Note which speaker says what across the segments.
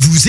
Speaker 1: Vous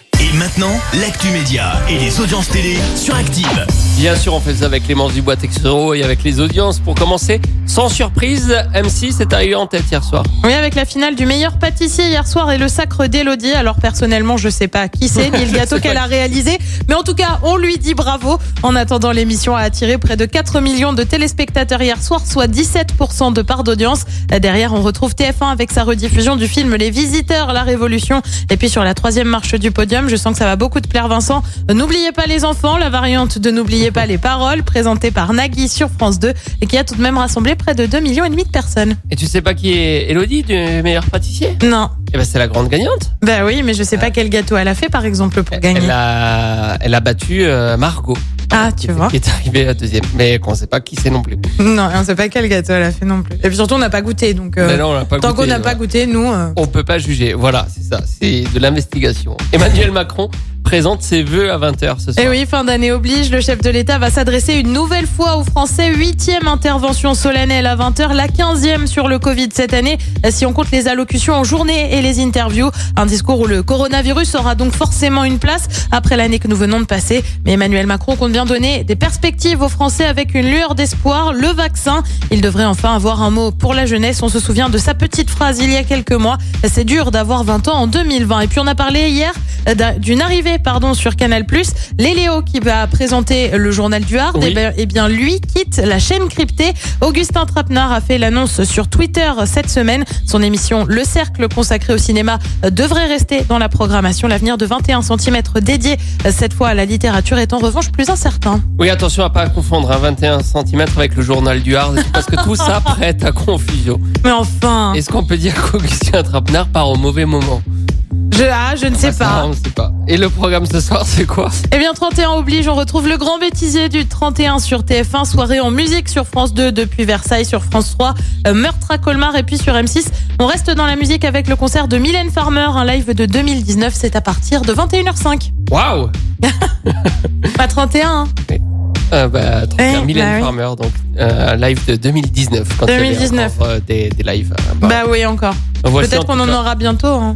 Speaker 1: maintenant, l'actu média et les audiences télé sur Active.
Speaker 2: Bien sûr, on fait ça avec Clémence Dubois Texero et avec les audiences. Pour commencer, sans surprise, M6 est arrivé en tête hier soir.
Speaker 3: Oui, avec la finale du meilleur pâtissier hier soir et le sacre d'Elodie. Alors personnellement, je sais pas qui c'est ni le gâteau
Speaker 2: sais
Speaker 3: qu'elle
Speaker 2: pas.
Speaker 3: a réalisé, mais en tout cas, on lui dit bravo. En attendant, l'émission a attiré près de 4 millions de téléspectateurs hier soir, soit 17% de part d'audience. Derrière, on retrouve TF1 avec sa rediffusion du film Les Visiteurs, la Révolution. Et puis sur la troisième marche du podium, je sens que ça va beaucoup te plaire, Vincent. N'oubliez pas les enfants, la variante de N'oubliez pas les paroles, présentée par Nagui sur France 2, et qui a tout de même rassemblé près de 2 millions et demi de personnes.
Speaker 2: Et tu sais pas qui est Elodie du meilleur pâtissier
Speaker 3: Non.
Speaker 2: Eh ben, c'est la grande gagnante.
Speaker 3: Bah oui, mais je sais pas quel gâteau elle a fait par exemple pour gagner.
Speaker 2: Elle a, elle a battu euh, Margot,
Speaker 3: Ah,
Speaker 2: qui,
Speaker 3: tu
Speaker 2: est-
Speaker 3: vois.
Speaker 2: qui est arrivée à deuxième. Mais qu'on sait pas qui c'est non plus.
Speaker 3: Non, on sait pas quel gâteau elle a fait non plus. Et puis surtout, on n'a pas goûté donc. euh,
Speaker 2: Mais non, on l'a pas
Speaker 3: Tant
Speaker 2: goûté,
Speaker 3: qu'on n'a
Speaker 2: ouais.
Speaker 3: pas goûté, nous. euh,
Speaker 2: On peut pas juger. Voilà, c'est ça. C'est de l'investigation. Emmanuel Macron présente ses vœux à 20h ce soir.
Speaker 3: Eh oui, fin d'année oblige, le chef de l'État va s'adresser une nouvelle fois aux Français. Huitième intervention solennelle à 20h, la quinzième sur le Covid cette année, si on compte les allocutions en journée et les interviews. Un discours où le coronavirus aura donc forcément une place après l'année que nous venons de passer. Mais Emmanuel Macron compte bien donner des perspectives aux Français avec une lueur d'espoir, le vaccin. Il devrait enfin avoir un mot pour la jeunesse. On se souvient de sa petite phrase il y a quelques mois. C'est dur d'avoir 20 ans en 2020. Et puis on a parlé hier d'un- d'une arrivée pardon sur Canal+. Léléo qui va présenter le journal du Hard,
Speaker 2: Oui.
Speaker 3: eh ben- eh bien lui quitte la chaîne cryptée. Augustin Trapenard a fait l'annonce sur Twitter cette semaine. Son émission Le Cercle consacrée au cinéma euh, devrait rester dans la programmation. L'avenir de 21 cm dédié euh, cette fois à la littérature est en revanche plus incertain.
Speaker 2: Oui, attention à pas confondre hein. un 21 cm avec le journal du Hard, parce que tout ça prête à confusion.
Speaker 3: Mais enfin,
Speaker 2: Est-ce qu'on peut dire qu'Augustin Trapenard part au mauvais moment
Speaker 3: je, ah, je ne sais
Speaker 2: Ah, ça,
Speaker 3: pas.
Speaker 2: On sait pas. Et le programme ce soir, c'est quoi
Speaker 3: Eh bien, 31 oblige, on retrouve le grand bêtisier du 31 sur TF1, soirée en musique sur France 2, depuis Versailles sur France 3, euh, meurtre à Colmar et puis sur M6. On reste dans la musique avec le concert de Mylène Farmer, un live de 2019, c'est à partir de 21h05.
Speaker 2: Waouh
Speaker 3: Pas 31, hein,
Speaker 2: Euh, bah, 31
Speaker 3: Eh,
Speaker 2: Mylène
Speaker 3: bah oui.
Speaker 2: Farmer, donc euh, un live de 2019. Quand il y avait
Speaker 3: 2019.
Speaker 2: encore, euh, des, des lives. euh, bah,
Speaker 3: Bah oui, encore.
Speaker 2: voici
Speaker 3: Peut-être
Speaker 2: tout
Speaker 3: qu'on en
Speaker 2: cas.
Speaker 3: aura bientôt. hein.